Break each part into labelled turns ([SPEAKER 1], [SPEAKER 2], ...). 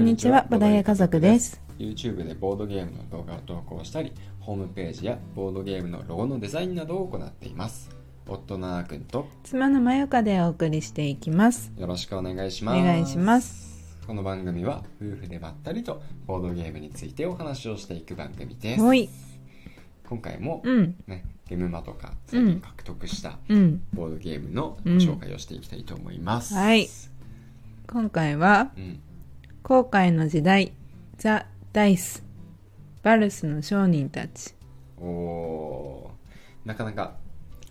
[SPEAKER 1] にちは、ボダイヤ家族です。す。
[SPEAKER 2] YouTube でボードゲームの動画を投稿したり、ホームページやボードゲームのロゴのデザインなどを行っています。夫のあーくんと
[SPEAKER 1] 妻のまよかでお送りしていきます。
[SPEAKER 2] よろしくお願いし
[SPEAKER 1] お
[SPEAKER 2] ます。
[SPEAKER 1] 願いします。
[SPEAKER 2] この番組は夫婦でばったりとボードゲームについてお話をしていく番組です。
[SPEAKER 1] ほい。
[SPEAKER 2] 今回も、
[SPEAKER 1] うん。
[SPEAKER 2] ね、ゲームマとか最近獲得した
[SPEAKER 1] うん。
[SPEAKER 2] ボードゲームのご紹介をしていきたいと思います。
[SPEAKER 1] うんはい今回は、
[SPEAKER 2] うん。
[SPEAKER 1] 後悔の時代、ザ・ダイス、バルスの商人たち。
[SPEAKER 2] おーなかなか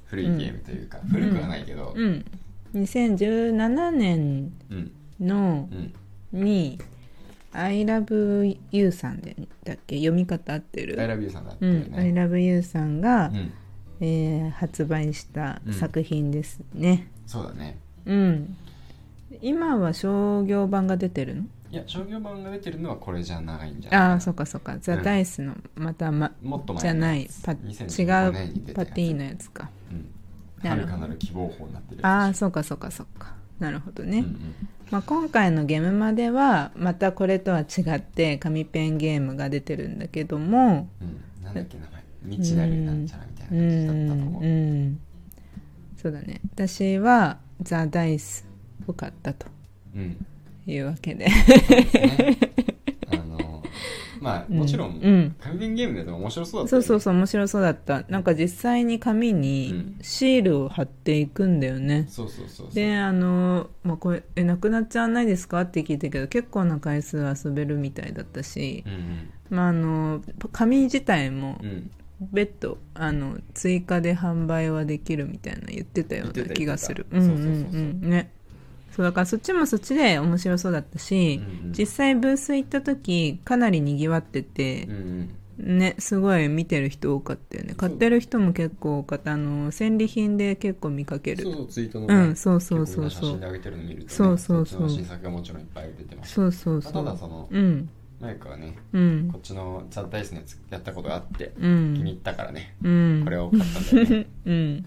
[SPEAKER 2] 古いゲームというか、古くはないけど、
[SPEAKER 1] うん。2017年
[SPEAKER 2] うん、
[SPEAKER 1] の
[SPEAKER 2] う、ん、
[SPEAKER 1] に、I love you さんで、だっけ読み方合って
[SPEAKER 2] アイ
[SPEAKER 1] る
[SPEAKER 2] ラビューさんだった
[SPEAKER 1] う
[SPEAKER 2] よ
[SPEAKER 1] ん。I
[SPEAKER 2] ね。
[SPEAKER 1] love you さんが、
[SPEAKER 2] うん、
[SPEAKER 1] えー発売した作品ですね。
[SPEAKER 2] そうだね。
[SPEAKER 1] うん。今は商業版が出てるの
[SPEAKER 2] いや、商業版が出てるのはこれじゃないんじゃない
[SPEAKER 1] ああー、そうかそうか。ザ・
[SPEAKER 2] うん
[SPEAKER 1] ダイスの、また、ま、
[SPEAKER 2] もっと前
[SPEAKER 1] じゃない、パ違
[SPEAKER 2] 2015年に出
[SPEAKER 1] う
[SPEAKER 2] た
[SPEAKER 1] パ
[SPEAKER 2] やつ
[SPEAKER 1] ティのやつか。
[SPEAKER 2] うん。
[SPEAKER 1] な
[SPEAKER 2] は
[SPEAKER 1] る
[SPEAKER 2] る
[SPEAKER 1] ほど
[SPEAKER 2] かなる希望法になってるやつ。
[SPEAKER 1] ああ、そうかそうかそうか。なるほどね。
[SPEAKER 2] うんうん、
[SPEAKER 1] まあ、今回のゲームまでは、またこれとは違って、紙ペンゲームが出てるんだけども、
[SPEAKER 2] うん。なんだっけ、名前。未知なるなんちゃらみたいうな感じだっ
[SPEAKER 1] ん、
[SPEAKER 2] たと思
[SPEAKER 1] う
[SPEAKER 2] う。
[SPEAKER 1] ん。そうだね。私は、ザ・ダイスっぽかったと
[SPEAKER 2] うん。
[SPEAKER 1] いうわけで。
[SPEAKER 2] そうですね。あの、まあ、もちろ
[SPEAKER 1] うんうん
[SPEAKER 2] ん、紙ペンゲームでも面白そうだった
[SPEAKER 1] そ
[SPEAKER 2] よ
[SPEAKER 1] う
[SPEAKER 2] ね
[SPEAKER 1] そうそう面白そうだったなんか実際に紙に
[SPEAKER 2] う
[SPEAKER 1] シールを貼っていくんだよね、
[SPEAKER 2] そうそうそうそう。
[SPEAKER 1] であの、まあ、これえなくなっちゃわないですかって聞いたけど結構な回数遊べるみたいだったし
[SPEAKER 2] う、ん
[SPEAKER 1] まあ、あの紙自体も
[SPEAKER 2] うん。うん。
[SPEAKER 1] 別途あの追加で販売はできるみたいな言ってたよう
[SPEAKER 2] 言
[SPEAKER 1] な
[SPEAKER 2] ってた
[SPEAKER 1] 気がするう
[SPEAKER 2] 言
[SPEAKER 1] ん
[SPEAKER 2] っ
[SPEAKER 1] う
[SPEAKER 2] て
[SPEAKER 1] ん
[SPEAKER 2] た
[SPEAKER 1] うんねそうだからそっちもそっちで面白そうだったし、
[SPEAKER 2] うんうん
[SPEAKER 1] 実際ブース行った時かなりにぎわってて、
[SPEAKER 2] うんうん。
[SPEAKER 1] ねすごい見てる人多かったよね
[SPEAKER 2] う
[SPEAKER 1] 買ってる人も結構多かったあの戦利品で結構見かける
[SPEAKER 2] そうそう、ツイートのね。
[SPEAKER 1] うんそうそうそう
[SPEAKER 2] 結構
[SPEAKER 1] そ
[SPEAKER 2] 今写真
[SPEAKER 1] う
[SPEAKER 2] で上げてるの見ると、ね、
[SPEAKER 1] そうそうそう
[SPEAKER 2] こっちの新作がもちろんいっぱい出てます
[SPEAKER 1] そうそう
[SPEAKER 2] まあ
[SPEAKER 1] そ
[SPEAKER 2] ただ
[SPEAKER 1] う
[SPEAKER 2] その
[SPEAKER 1] うん
[SPEAKER 2] マイクはね
[SPEAKER 1] うん
[SPEAKER 2] こっちのザ・ダイスのやつやったことがあって
[SPEAKER 1] う
[SPEAKER 2] 気に入っ
[SPEAKER 1] ん
[SPEAKER 2] たからね
[SPEAKER 1] うん
[SPEAKER 2] これを買ったん だよね
[SPEAKER 1] うん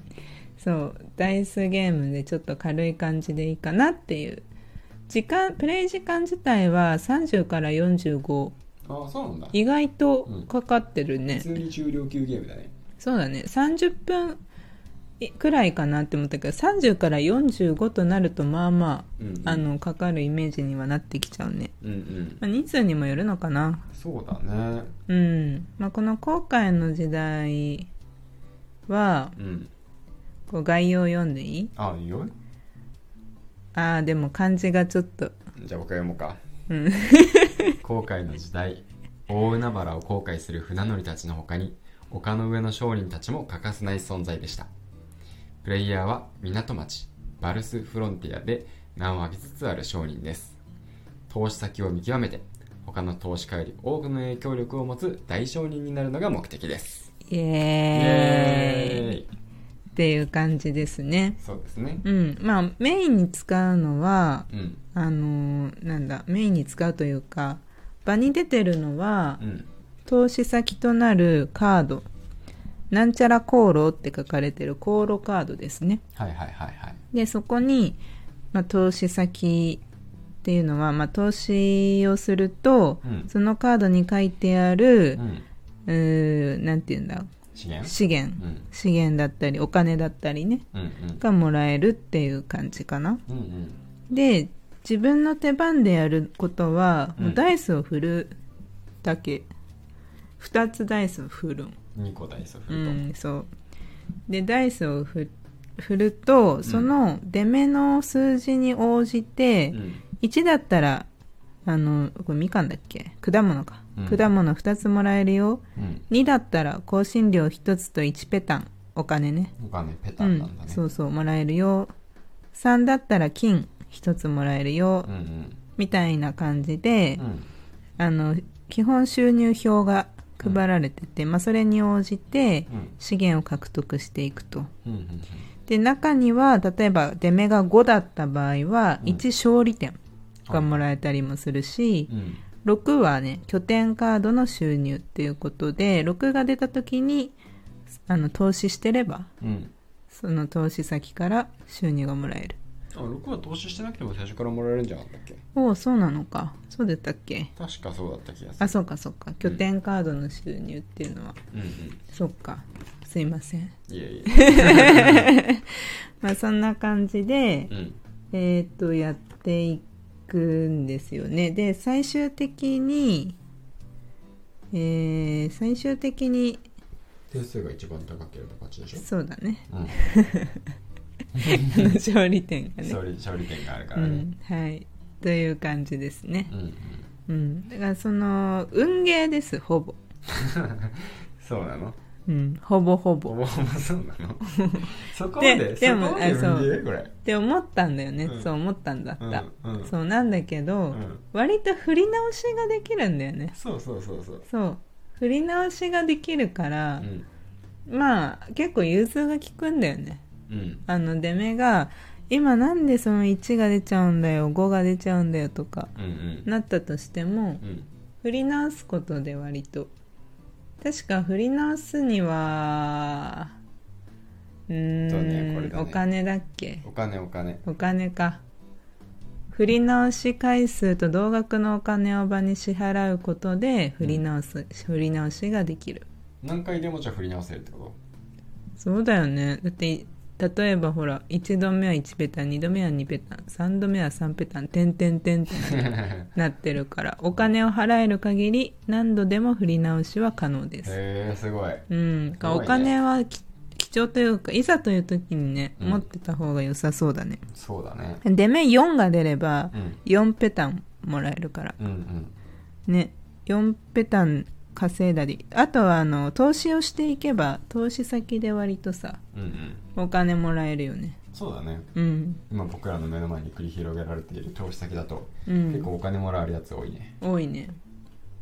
[SPEAKER 1] そうダイスゲームでちょっと軽い感じでいいかなっていう時間プレイ時間自体は30から45
[SPEAKER 2] ああそうなんだ
[SPEAKER 1] 意外とかかってるね
[SPEAKER 2] 普、通に中量級ゲームだね
[SPEAKER 1] そうだね30分くらいかなって思ったけど30から45となるとまあまあ
[SPEAKER 2] うんうん
[SPEAKER 1] あのかかるイメージにはなってきちゃうね、
[SPEAKER 2] うんうん
[SPEAKER 1] まあ、人数にもよるのかな
[SPEAKER 2] そうだね
[SPEAKER 1] うん、まあ、この後悔の時代は
[SPEAKER 2] うん
[SPEAKER 1] こう概要を読んでいい
[SPEAKER 2] あいいよ
[SPEAKER 1] ああでも漢字がちょっと
[SPEAKER 2] じゃあ僕が読もうか
[SPEAKER 1] うん
[SPEAKER 2] 後悔の時代大海原を後悔する船乗りたちの他に丘の上の商人たちも欠かせない存在でしたプレイヤーは港町バルスフロンティアで名を挙げつつある商人です投資先を見極めて他の投資家より多くの影響力を持つ大商人になるのが目的です
[SPEAKER 1] イエーイ
[SPEAKER 2] イエーイ
[SPEAKER 1] っていう感じですね
[SPEAKER 2] そうですね
[SPEAKER 1] うんまあメインに使うのは
[SPEAKER 2] うん
[SPEAKER 1] あのーなんだメインに使うというか場に出てるのは
[SPEAKER 2] うん
[SPEAKER 1] 投資先となるカードなんちゃら航路って書かれてる航路カードですね
[SPEAKER 2] はいはいはいはい
[SPEAKER 1] でそこに、まあ、投資先っていうのは、まあ、投資をすると、
[SPEAKER 2] うん
[SPEAKER 1] そのカードに書いてある
[SPEAKER 2] う、ん
[SPEAKER 1] うーなんていうんだ
[SPEAKER 2] 資源
[SPEAKER 1] 資源、
[SPEAKER 2] うん
[SPEAKER 1] 資源だったりお金だったりね
[SPEAKER 2] うん
[SPEAKER 1] がもらえるっていう感じかな
[SPEAKER 2] うんうん
[SPEAKER 1] で自分の手番でやることは、
[SPEAKER 2] うん
[SPEAKER 1] もうダイスを振るだけ2つダイスを振るん
[SPEAKER 2] うん2個ダイソ振
[SPEAKER 1] う
[SPEAKER 2] ると
[SPEAKER 1] んそうでダイスを振振るとその出目の数字に応じて、
[SPEAKER 2] うん
[SPEAKER 1] 1だったらあのこれみかんだっけ果物か、
[SPEAKER 2] うん
[SPEAKER 1] 果物2つもらえるよ
[SPEAKER 2] うん
[SPEAKER 1] 2だったら香辛料1つと1ペタンお金ね
[SPEAKER 2] お金ペタンなんだ
[SPEAKER 1] う
[SPEAKER 2] ね
[SPEAKER 1] ん、そうそうもらえるよ3だったら金1つもらえるよ、
[SPEAKER 2] うんうん
[SPEAKER 1] みたいな感じで
[SPEAKER 2] う、ん
[SPEAKER 1] あの基本収入表が配られてて、まあ、それに応じて、
[SPEAKER 2] うん
[SPEAKER 1] 資源を獲得していくと
[SPEAKER 2] うんうん
[SPEAKER 1] で中には例えば出目が5だった場合は
[SPEAKER 2] うん
[SPEAKER 1] 1勝利点がもらえたりもするし
[SPEAKER 2] う、ん
[SPEAKER 1] 6はね拠点カードの収入っていうことで6が出た時にあの投資してれば
[SPEAKER 2] うん
[SPEAKER 1] その投資先から収入がもらえる
[SPEAKER 2] あ6は投資してなくても最初からもらえるんじゃなかったっけ
[SPEAKER 1] おおそうなのかそうだったっけ
[SPEAKER 2] 確かそうだった気がす
[SPEAKER 1] あ
[SPEAKER 2] る
[SPEAKER 1] そうかそうか拠点カードの収入っていうのは、
[SPEAKER 2] うんうん
[SPEAKER 1] そうかすいません
[SPEAKER 2] いえいえ
[SPEAKER 1] まあそんな感じで
[SPEAKER 2] う、ん
[SPEAKER 1] えっ、とやっていくんですよねで最終的にえー最終的に
[SPEAKER 2] 点数が一番高ければ勝ちでしょ
[SPEAKER 1] そうだ ね
[SPEAKER 2] うん
[SPEAKER 1] あの勝利点がね
[SPEAKER 2] 勝利勝利点があるか
[SPEAKER 1] う
[SPEAKER 2] らね
[SPEAKER 1] ん、はいという感じですね
[SPEAKER 2] うんうん
[SPEAKER 1] う んだからその運ゲーですほぼ
[SPEAKER 2] そうなの
[SPEAKER 1] うんほぼほ
[SPEAKER 2] お
[SPEAKER 1] ぼ
[SPEAKER 2] ぼほぼそうな のそこまで
[SPEAKER 1] で
[SPEAKER 2] そ
[SPEAKER 1] で
[SPEAKER 2] こ
[SPEAKER 1] も
[SPEAKER 2] まで
[SPEAKER 1] あそう
[SPEAKER 2] 運ゲーこれ
[SPEAKER 1] って思ったんだよね、
[SPEAKER 2] うん
[SPEAKER 1] そう思ったんだった、
[SPEAKER 2] うんうん
[SPEAKER 1] そうなんだけど、
[SPEAKER 2] うん
[SPEAKER 1] 割と振り直しができるんだよね
[SPEAKER 2] そうそうそうそう
[SPEAKER 1] そう振り直しができるか
[SPEAKER 2] う
[SPEAKER 1] ら、
[SPEAKER 2] ん
[SPEAKER 1] まあ結構融通が利くんだよね
[SPEAKER 2] うん
[SPEAKER 1] あの出目が今なんでその1が出ちゃうんだよ5が出ちゃうんだよとか
[SPEAKER 2] うんうん
[SPEAKER 1] なったとしても
[SPEAKER 2] うん
[SPEAKER 1] 振り直すことで割と確か振り直すにはうーん
[SPEAKER 2] そうねこれだね
[SPEAKER 1] お金だっけ
[SPEAKER 2] お金お金
[SPEAKER 1] お金か振り直し回数と同額のお金を場に支払うことで振り直す、振り直しができる
[SPEAKER 2] 何回でもじゃあ振り直せるっ てこ
[SPEAKER 1] そうだよねだって例えばほら1度目は1ペタン2度目は2ペタン3度目は3ペタンてんてんてんって
[SPEAKER 2] とへ
[SPEAKER 1] なってるからお金を払える限り何度でも振り直しは可能です
[SPEAKER 2] えすごい
[SPEAKER 1] うんだから
[SPEAKER 2] す
[SPEAKER 1] お
[SPEAKER 2] ごいね
[SPEAKER 1] 金はき貴重というかいざという時にね、
[SPEAKER 2] うん
[SPEAKER 1] 持ってた方が良さそうだね
[SPEAKER 2] そうだね
[SPEAKER 1] で目4が出れば
[SPEAKER 2] うん
[SPEAKER 1] 4ペタンもらえるから
[SPEAKER 2] うんうん
[SPEAKER 1] ね4ペタン稼いだりあとはあの投資をしていけば投資先で割とさ
[SPEAKER 2] うんうん
[SPEAKER 1] お金もらえるよね
[SPEAKER 2] そうだね
[SPEAKER 1] うん
[SPEAKER 2] 今僕らの目の前に繰り広げられている投資先だと
[SPEAKER 1] う
[SPEAKER 2] 結
[SPEAKER 1] ん
[SPEAKER 2] 構お金もらえるやつ多いね
[SPEAKER 1] 多いね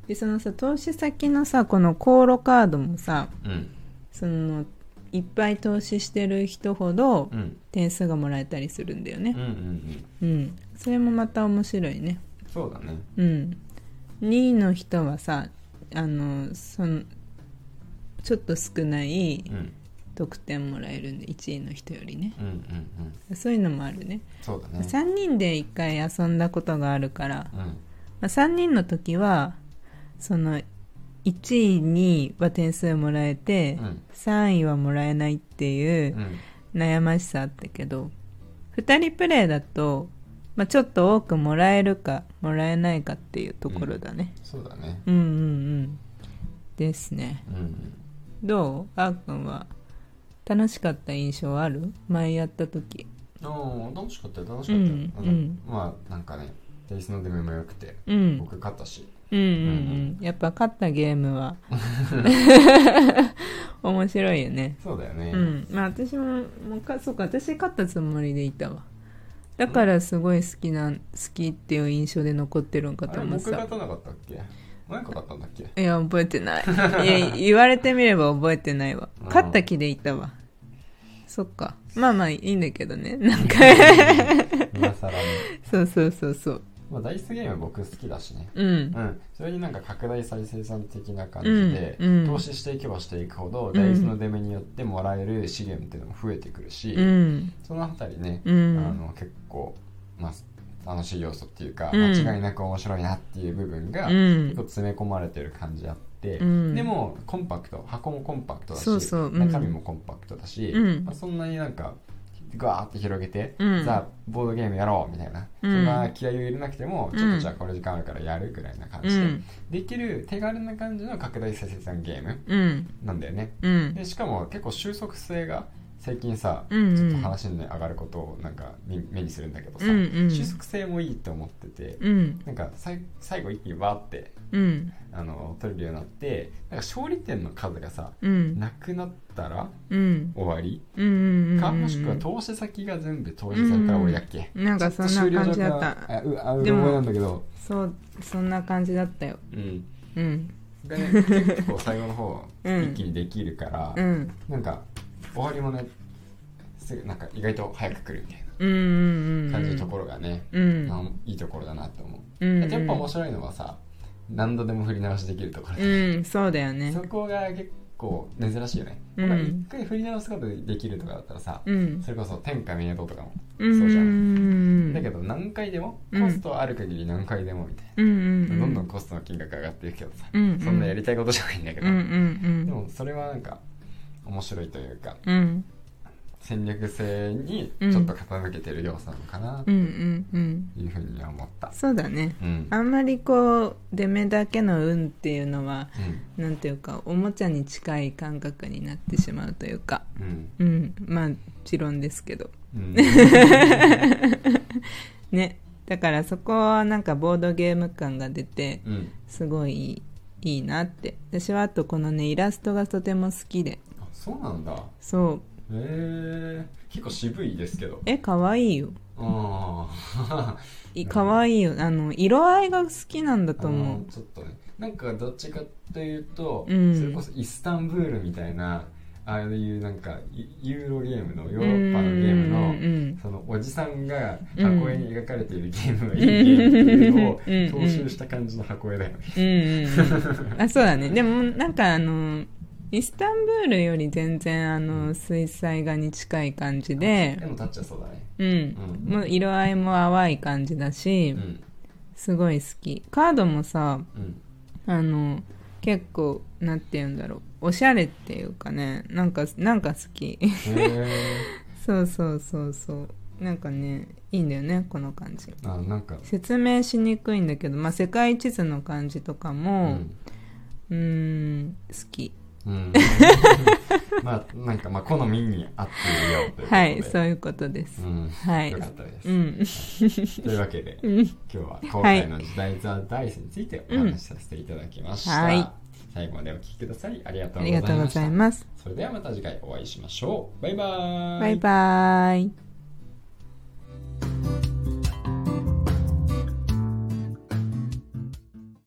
[SPEAKER 1] でそのさ投資先のさこの航路カードもさ
[SPEAKER 2] うん
[SPEAKER 1] そのいっぱい投資してる人ほど
[SPEAKER 2] うん
[SPEAKER 1] 点数がもらえたりするんだよ
[SPEAKER 2] うんう
[SPEAKER 1] ね
[SPEAKER 2] んうん
[SPEAKER 1] うんそれもまた面白いね
[SPEAKER 2] そうだね
[SPEAKER 1] うん2位の人はさあのそのちょっと少ない
[SPEAKER 2] うんうん
[SPEAKER 1] 得点もらえるんで1位の人よりね
[SPEAKER 2] うんうん
[SPEAKER 1] そういうのもあるね
[SPEAKER 2] そうだね
[SPEAKER 1] 3人で1回遊んだことがあるから、ま
[SPEAKER 2] うん
[SPEAKER 1] あ、3人の時はその1位2位は点数もらえて、
[SPEAKER 2] うん
[SPEAKER 1] 3位はもらえないっていううん悩ましさあったけど2人プレイだと、まあ、ちょっと多くもらえるかもらえないかっていうところだね、
[SPEAKER 2] そうだね
[SPEAKER 1] うん、うんうんですね
[SPEAKER 2] うんうん
[SPEAKER 1] どうあーくんは楽しかった印象ある前やった時
[SPEAKER 2] ああ楽しかったよ楽しかったよ、
[SPEAKER 1] うん
[SPEAKER 2] あの
[SPEAKER 1] うん
[SPEAKER 2] まあなんかねレースの出目も良くて
[SPEAKER 1] うん
[SPEAKER 2] 僕勝ったし、
[SPEAKER 1] うんうんうん、やっぱ勝ったゲーム は面白いよね
[SPEAKER 2] そうだよね、
[SPEAKER 1] うんまあ私ももうかそうか私勝ったつもりでいたわだからすごい好きな好きっていう印象で残ってるんか
[SPEAKER 2] あ
[SPEAKER 1] と
[SPEAKER 2] れ
[SPEAKER 1] 思っ
[SPEAKER 2] 僕勝
[SPEAKER 1] た
[SPEAKER 2] たなかったっけ何か勝ったんだっ け
[SPEAKER 1] いや覚えてないいや言われてみれば覚えてないわ
[SPEAKER 2] うん
[SPEAKER 1] 勝った気でいたわそっかまあまあいいんだけどねなんか
[SPEAKER 2] 今更ね
[SPEAKER 1] そうそうそうそう
[SPEAKER 2] まあダイスゲーム僕好きだしね
[SPEAKER 1] うん
[SPEAKER 2] うん、それになんか拡大再生産的な感じで、
[SPEAKER 1] うんうん
[SPEAKER 2] 投資していけばしていくほど、
[SPEAKER 1] ん
[SPEAKER 2] ダイスの出目によってもらえる資源っていうのも増えてくるし、
[SPEAKER 1] うん
[SPEAKER 2] そのあたりね、
[SPEAKER 1] うん
[SPEAKER 2] あの結構、まあ、楽しい要素っていうか、
[SPEAKER 1] うん
[SPEAKER 2] 間違いなく面白いなっていう部分が、
[SPEAKER 1] うん
[SPEAKER 2] 結構詰め込まれてる感じあって、
[SPEAKER 1] うん
[SPEAKER 2] でもコンパクト箱もコンパクトだし
[SPEAKER 1] そうそううん
[SPEAKER 2] 中身もコンパクトだし、
[SPEAKER 1] うん
[SPEAKER 2] まあ、そんなになんかガーって広げて、
[SPEAKER 1] うん
[SPEAKER 2] さあボードゲームやろうみたいな、
[SPEAKER 1] うん
[SPEAKER 2] そんな気合を入れなくても、
[SPEAKER 1] うん
[SPEAKER 2] ちょっとじゃあこれ時間あるからやるぐらいな感じで、
[SPEAKER 1] うん
[SPEAKER 2] できる手軽な感じの拡大再生産ゲーム
[SPEAKER 1] うん
[SPEAKER 2] なんだよね。
[SPEAKER 1] うん
[SPEAKER 2] でしかも結構収束性が最近さ、
[SPEAKER 1] うんうん
[SPEAKER 2] ちょっと話に上がることをなんかみ目にするんだけどさ、
[SPEAKER 1] うんうん
[SPEAKER 2] 収束性もいいと思ってて、
[SPEAKER 1] うん
[SPEAKER 2] なんかさい最後一気にバーって
[SPEAKER 1] うん
[SPEAKER 2] あの取れるようになってなんか勝利点の数がさ
[SPEAKER 1] うん
[SPEAKER 2] なくなったら
[SPEAKER 1] うん
[SPEAKER 2] 終わり
[SPEAKER 1] うんうんうん
[SPEAKER 2] か
[SPEAKER 1] うん
[SPEAKER 2] もしくは投資先が全部投資されたら終わりだっけ、
[SPEAKER 1] なんかそんな感じだった
[SPEAKER 2] あうあう
[SPEAKER 1] でも
[SPEAKER 2] ろ覚えなんだけど、
[SPEAKER 1] そうそんな感じだったよ
[SPEAKER 2] うん、
[SPEAKER 1] うん
[SPEAKER 2] がね結構最後の方
[SPEAKER 1] うん
[SPEAKER 2] 一気にできるから、
[SPEAKER 1] うん
[SPEAKER 2] なんか終わりもねすぐなんか意外と早く来るみたい
[SPEAKER 1] うんうんうん
[SPEAKER 2] な感じのところがね、
[SPEAKER 1] うん
[SPEAKER 2] あのいいところだなと思
[SPEAKER 1] う
[SPEAKER 2] う、
[SPEAKER 1] ん
[SPEAKER 2] だってやっぱ面白いのはさ何度でも振り直しできるところ
[SPEAKER 1] うんそうだよね
[SPEAKER 2] そこが結構珍しいよね。
[SPEAKER 1] うん
[SPEAKER 2] なんか一回振り直すことできるとかだったらさ、
[SPEAKER 1] うん
[SPEAKER 2] それこそ天下明道とかもそうじゃん
[SPEAKER 1] ん
[SPEAKER 2] だけ
[SPEAKER 1] ど
[SPEAKER 2] ど何回でも
[SPEAKER 1] うん
[SPEAKER 2] コストはある限り何回でもみたいな、
[SPEAKER 1] うんうんうん
[SPEAKER 2] どんどんコストの金額上がっていくけどさ、
[SPEAKER 1] うんうん
[SPEAKER 2] そんなやりたいことじゃないんだけ
[SPEAKER 1] うん
[SPEAKER 2] ど、
[SPEAKER 1] うん
[SPEAKER 2] でもそれはなんか面白いというか
[SPEAKER 1] うんうん
[SPEAKER 2] 戦略性にちょっと傾けてる要素なのかな
[SPEAKER 1] うんうんうん
[SPEAKER 2] というふうには思った、
[SPEAKER 1] そうだね
[SPEAKER 2] うん
[SPEAKER 1] あんまりこう出目だけの運っていうのは
[SPEAKER 2] うん
[SPEAKER 1] なんていうかおもちゃに近い感覚になってしまうというか
[SPEAKER 2] うん
[SPEAKER 1] うんまあ持論ですけど
[SPEAKER 2] うん
[SPEAKER 1] ねだからそこはなんかボードゲーム感が出て
[SPEAKER 2] うん
[SPEAKER 1] すごいいいなって私はあとこのねイラストがとても好きで
[SPEAKER 2] あそうなんだへ
[SPEAKER 1] そう
[SPEAKER 2] え結構渋いですけど
[SPEAKER 1] え可愛いよ
[SPEAKER 2] ああ
[SPEAKER 1] い可愛いよあの色合いが好きなんだと
[SPEAKER 2] あ
[SPEAKER 1] 思
[SPEAKER 2] のちょっとねなんかどっちかというと、
[SPEAKER 1] うん
[SPEAKER 2] それこそイスタンブールみたいなああいうなんかユユーロゲームのヨーロッパのゲームの、
[SPEAKER 1] うんうんうん
[SPEAKER 2] そのおじさんが
[SPEAKER 1] うん
[SPEAKER 2] 箱絵に描かれているゲームがいいゲームっていうのを
[SPEAKER 1] うん
[SPEAKER 2] 踏襲した感じの箱絵だよね。
[SPEAKER 1] ううんうんうんあそうだねでもなんかあのイスタンブールより全然あの水彩画に近い感じで
[SPEAKER 2] でもタッチはそうだね。
[SPEAKER 1] うん
[SPEAKER 2] うん
[SPEAKER 1] もう色合いも淡い感じだ
[SPEAKER 2] う
[SPEAKER 1] し
[SPEAKER 2] ん
[SPEAKER 1] すごい好きカードもさ
[SPEAKER 2] うん
[SPEAKER 1] あの結構なんて言うんだろうおしゃれっていうかねなんかなんか好き
[SPEAKER 2] へ
[SPEAKER 1] そうそうそうそうなんかねいいんだよねこの感じ
[SPEAKER 2] ーあなんか、
[SPEAKER 1] 説明しにくいんだけど、まあ、世界地図の感じとか
[SPEAKER 2] う
[SPEAKER 1] も
[SPEAKER 2] ん
[SPEAKER 1] うーん好き
[SPEAKER 2] うん、まあなんかまあ好みに合っているよということで。
[SPEAKER 1] はいそういうことです、
[SPEAKER 2] うん
[SPEAKER 1] はい
[SPEAKER 2] よかったです。
[SPEAKER 1] うん
[SPEAKER 2] というわけで、
[SPEAKER 1] うん
[SPEAKER 2] 今日は今回の時代ザ・ダイスについてお話しさせていただきまし
[SPEAKER 1] う
[SPEAKER 2] た、
[SPEAKER 1] んはい
[SPEAKER 2] 最後までお聞きくださいありがと
[SPEAKER 1] あ
[SPEAKER 2] う
[SPEAKER 1] り
[SPEAKER 2] ござい
[SPEAKER 1] がとうご
[SPEAKER 2] まし
[SPEAKER 1] ざ
[SPEAKER 2] た
[SPEAKER 1] います
[SPEAKER 2] それではまた次回お会いしましょうバイバーイ
[SPEAKER 1] バイバイ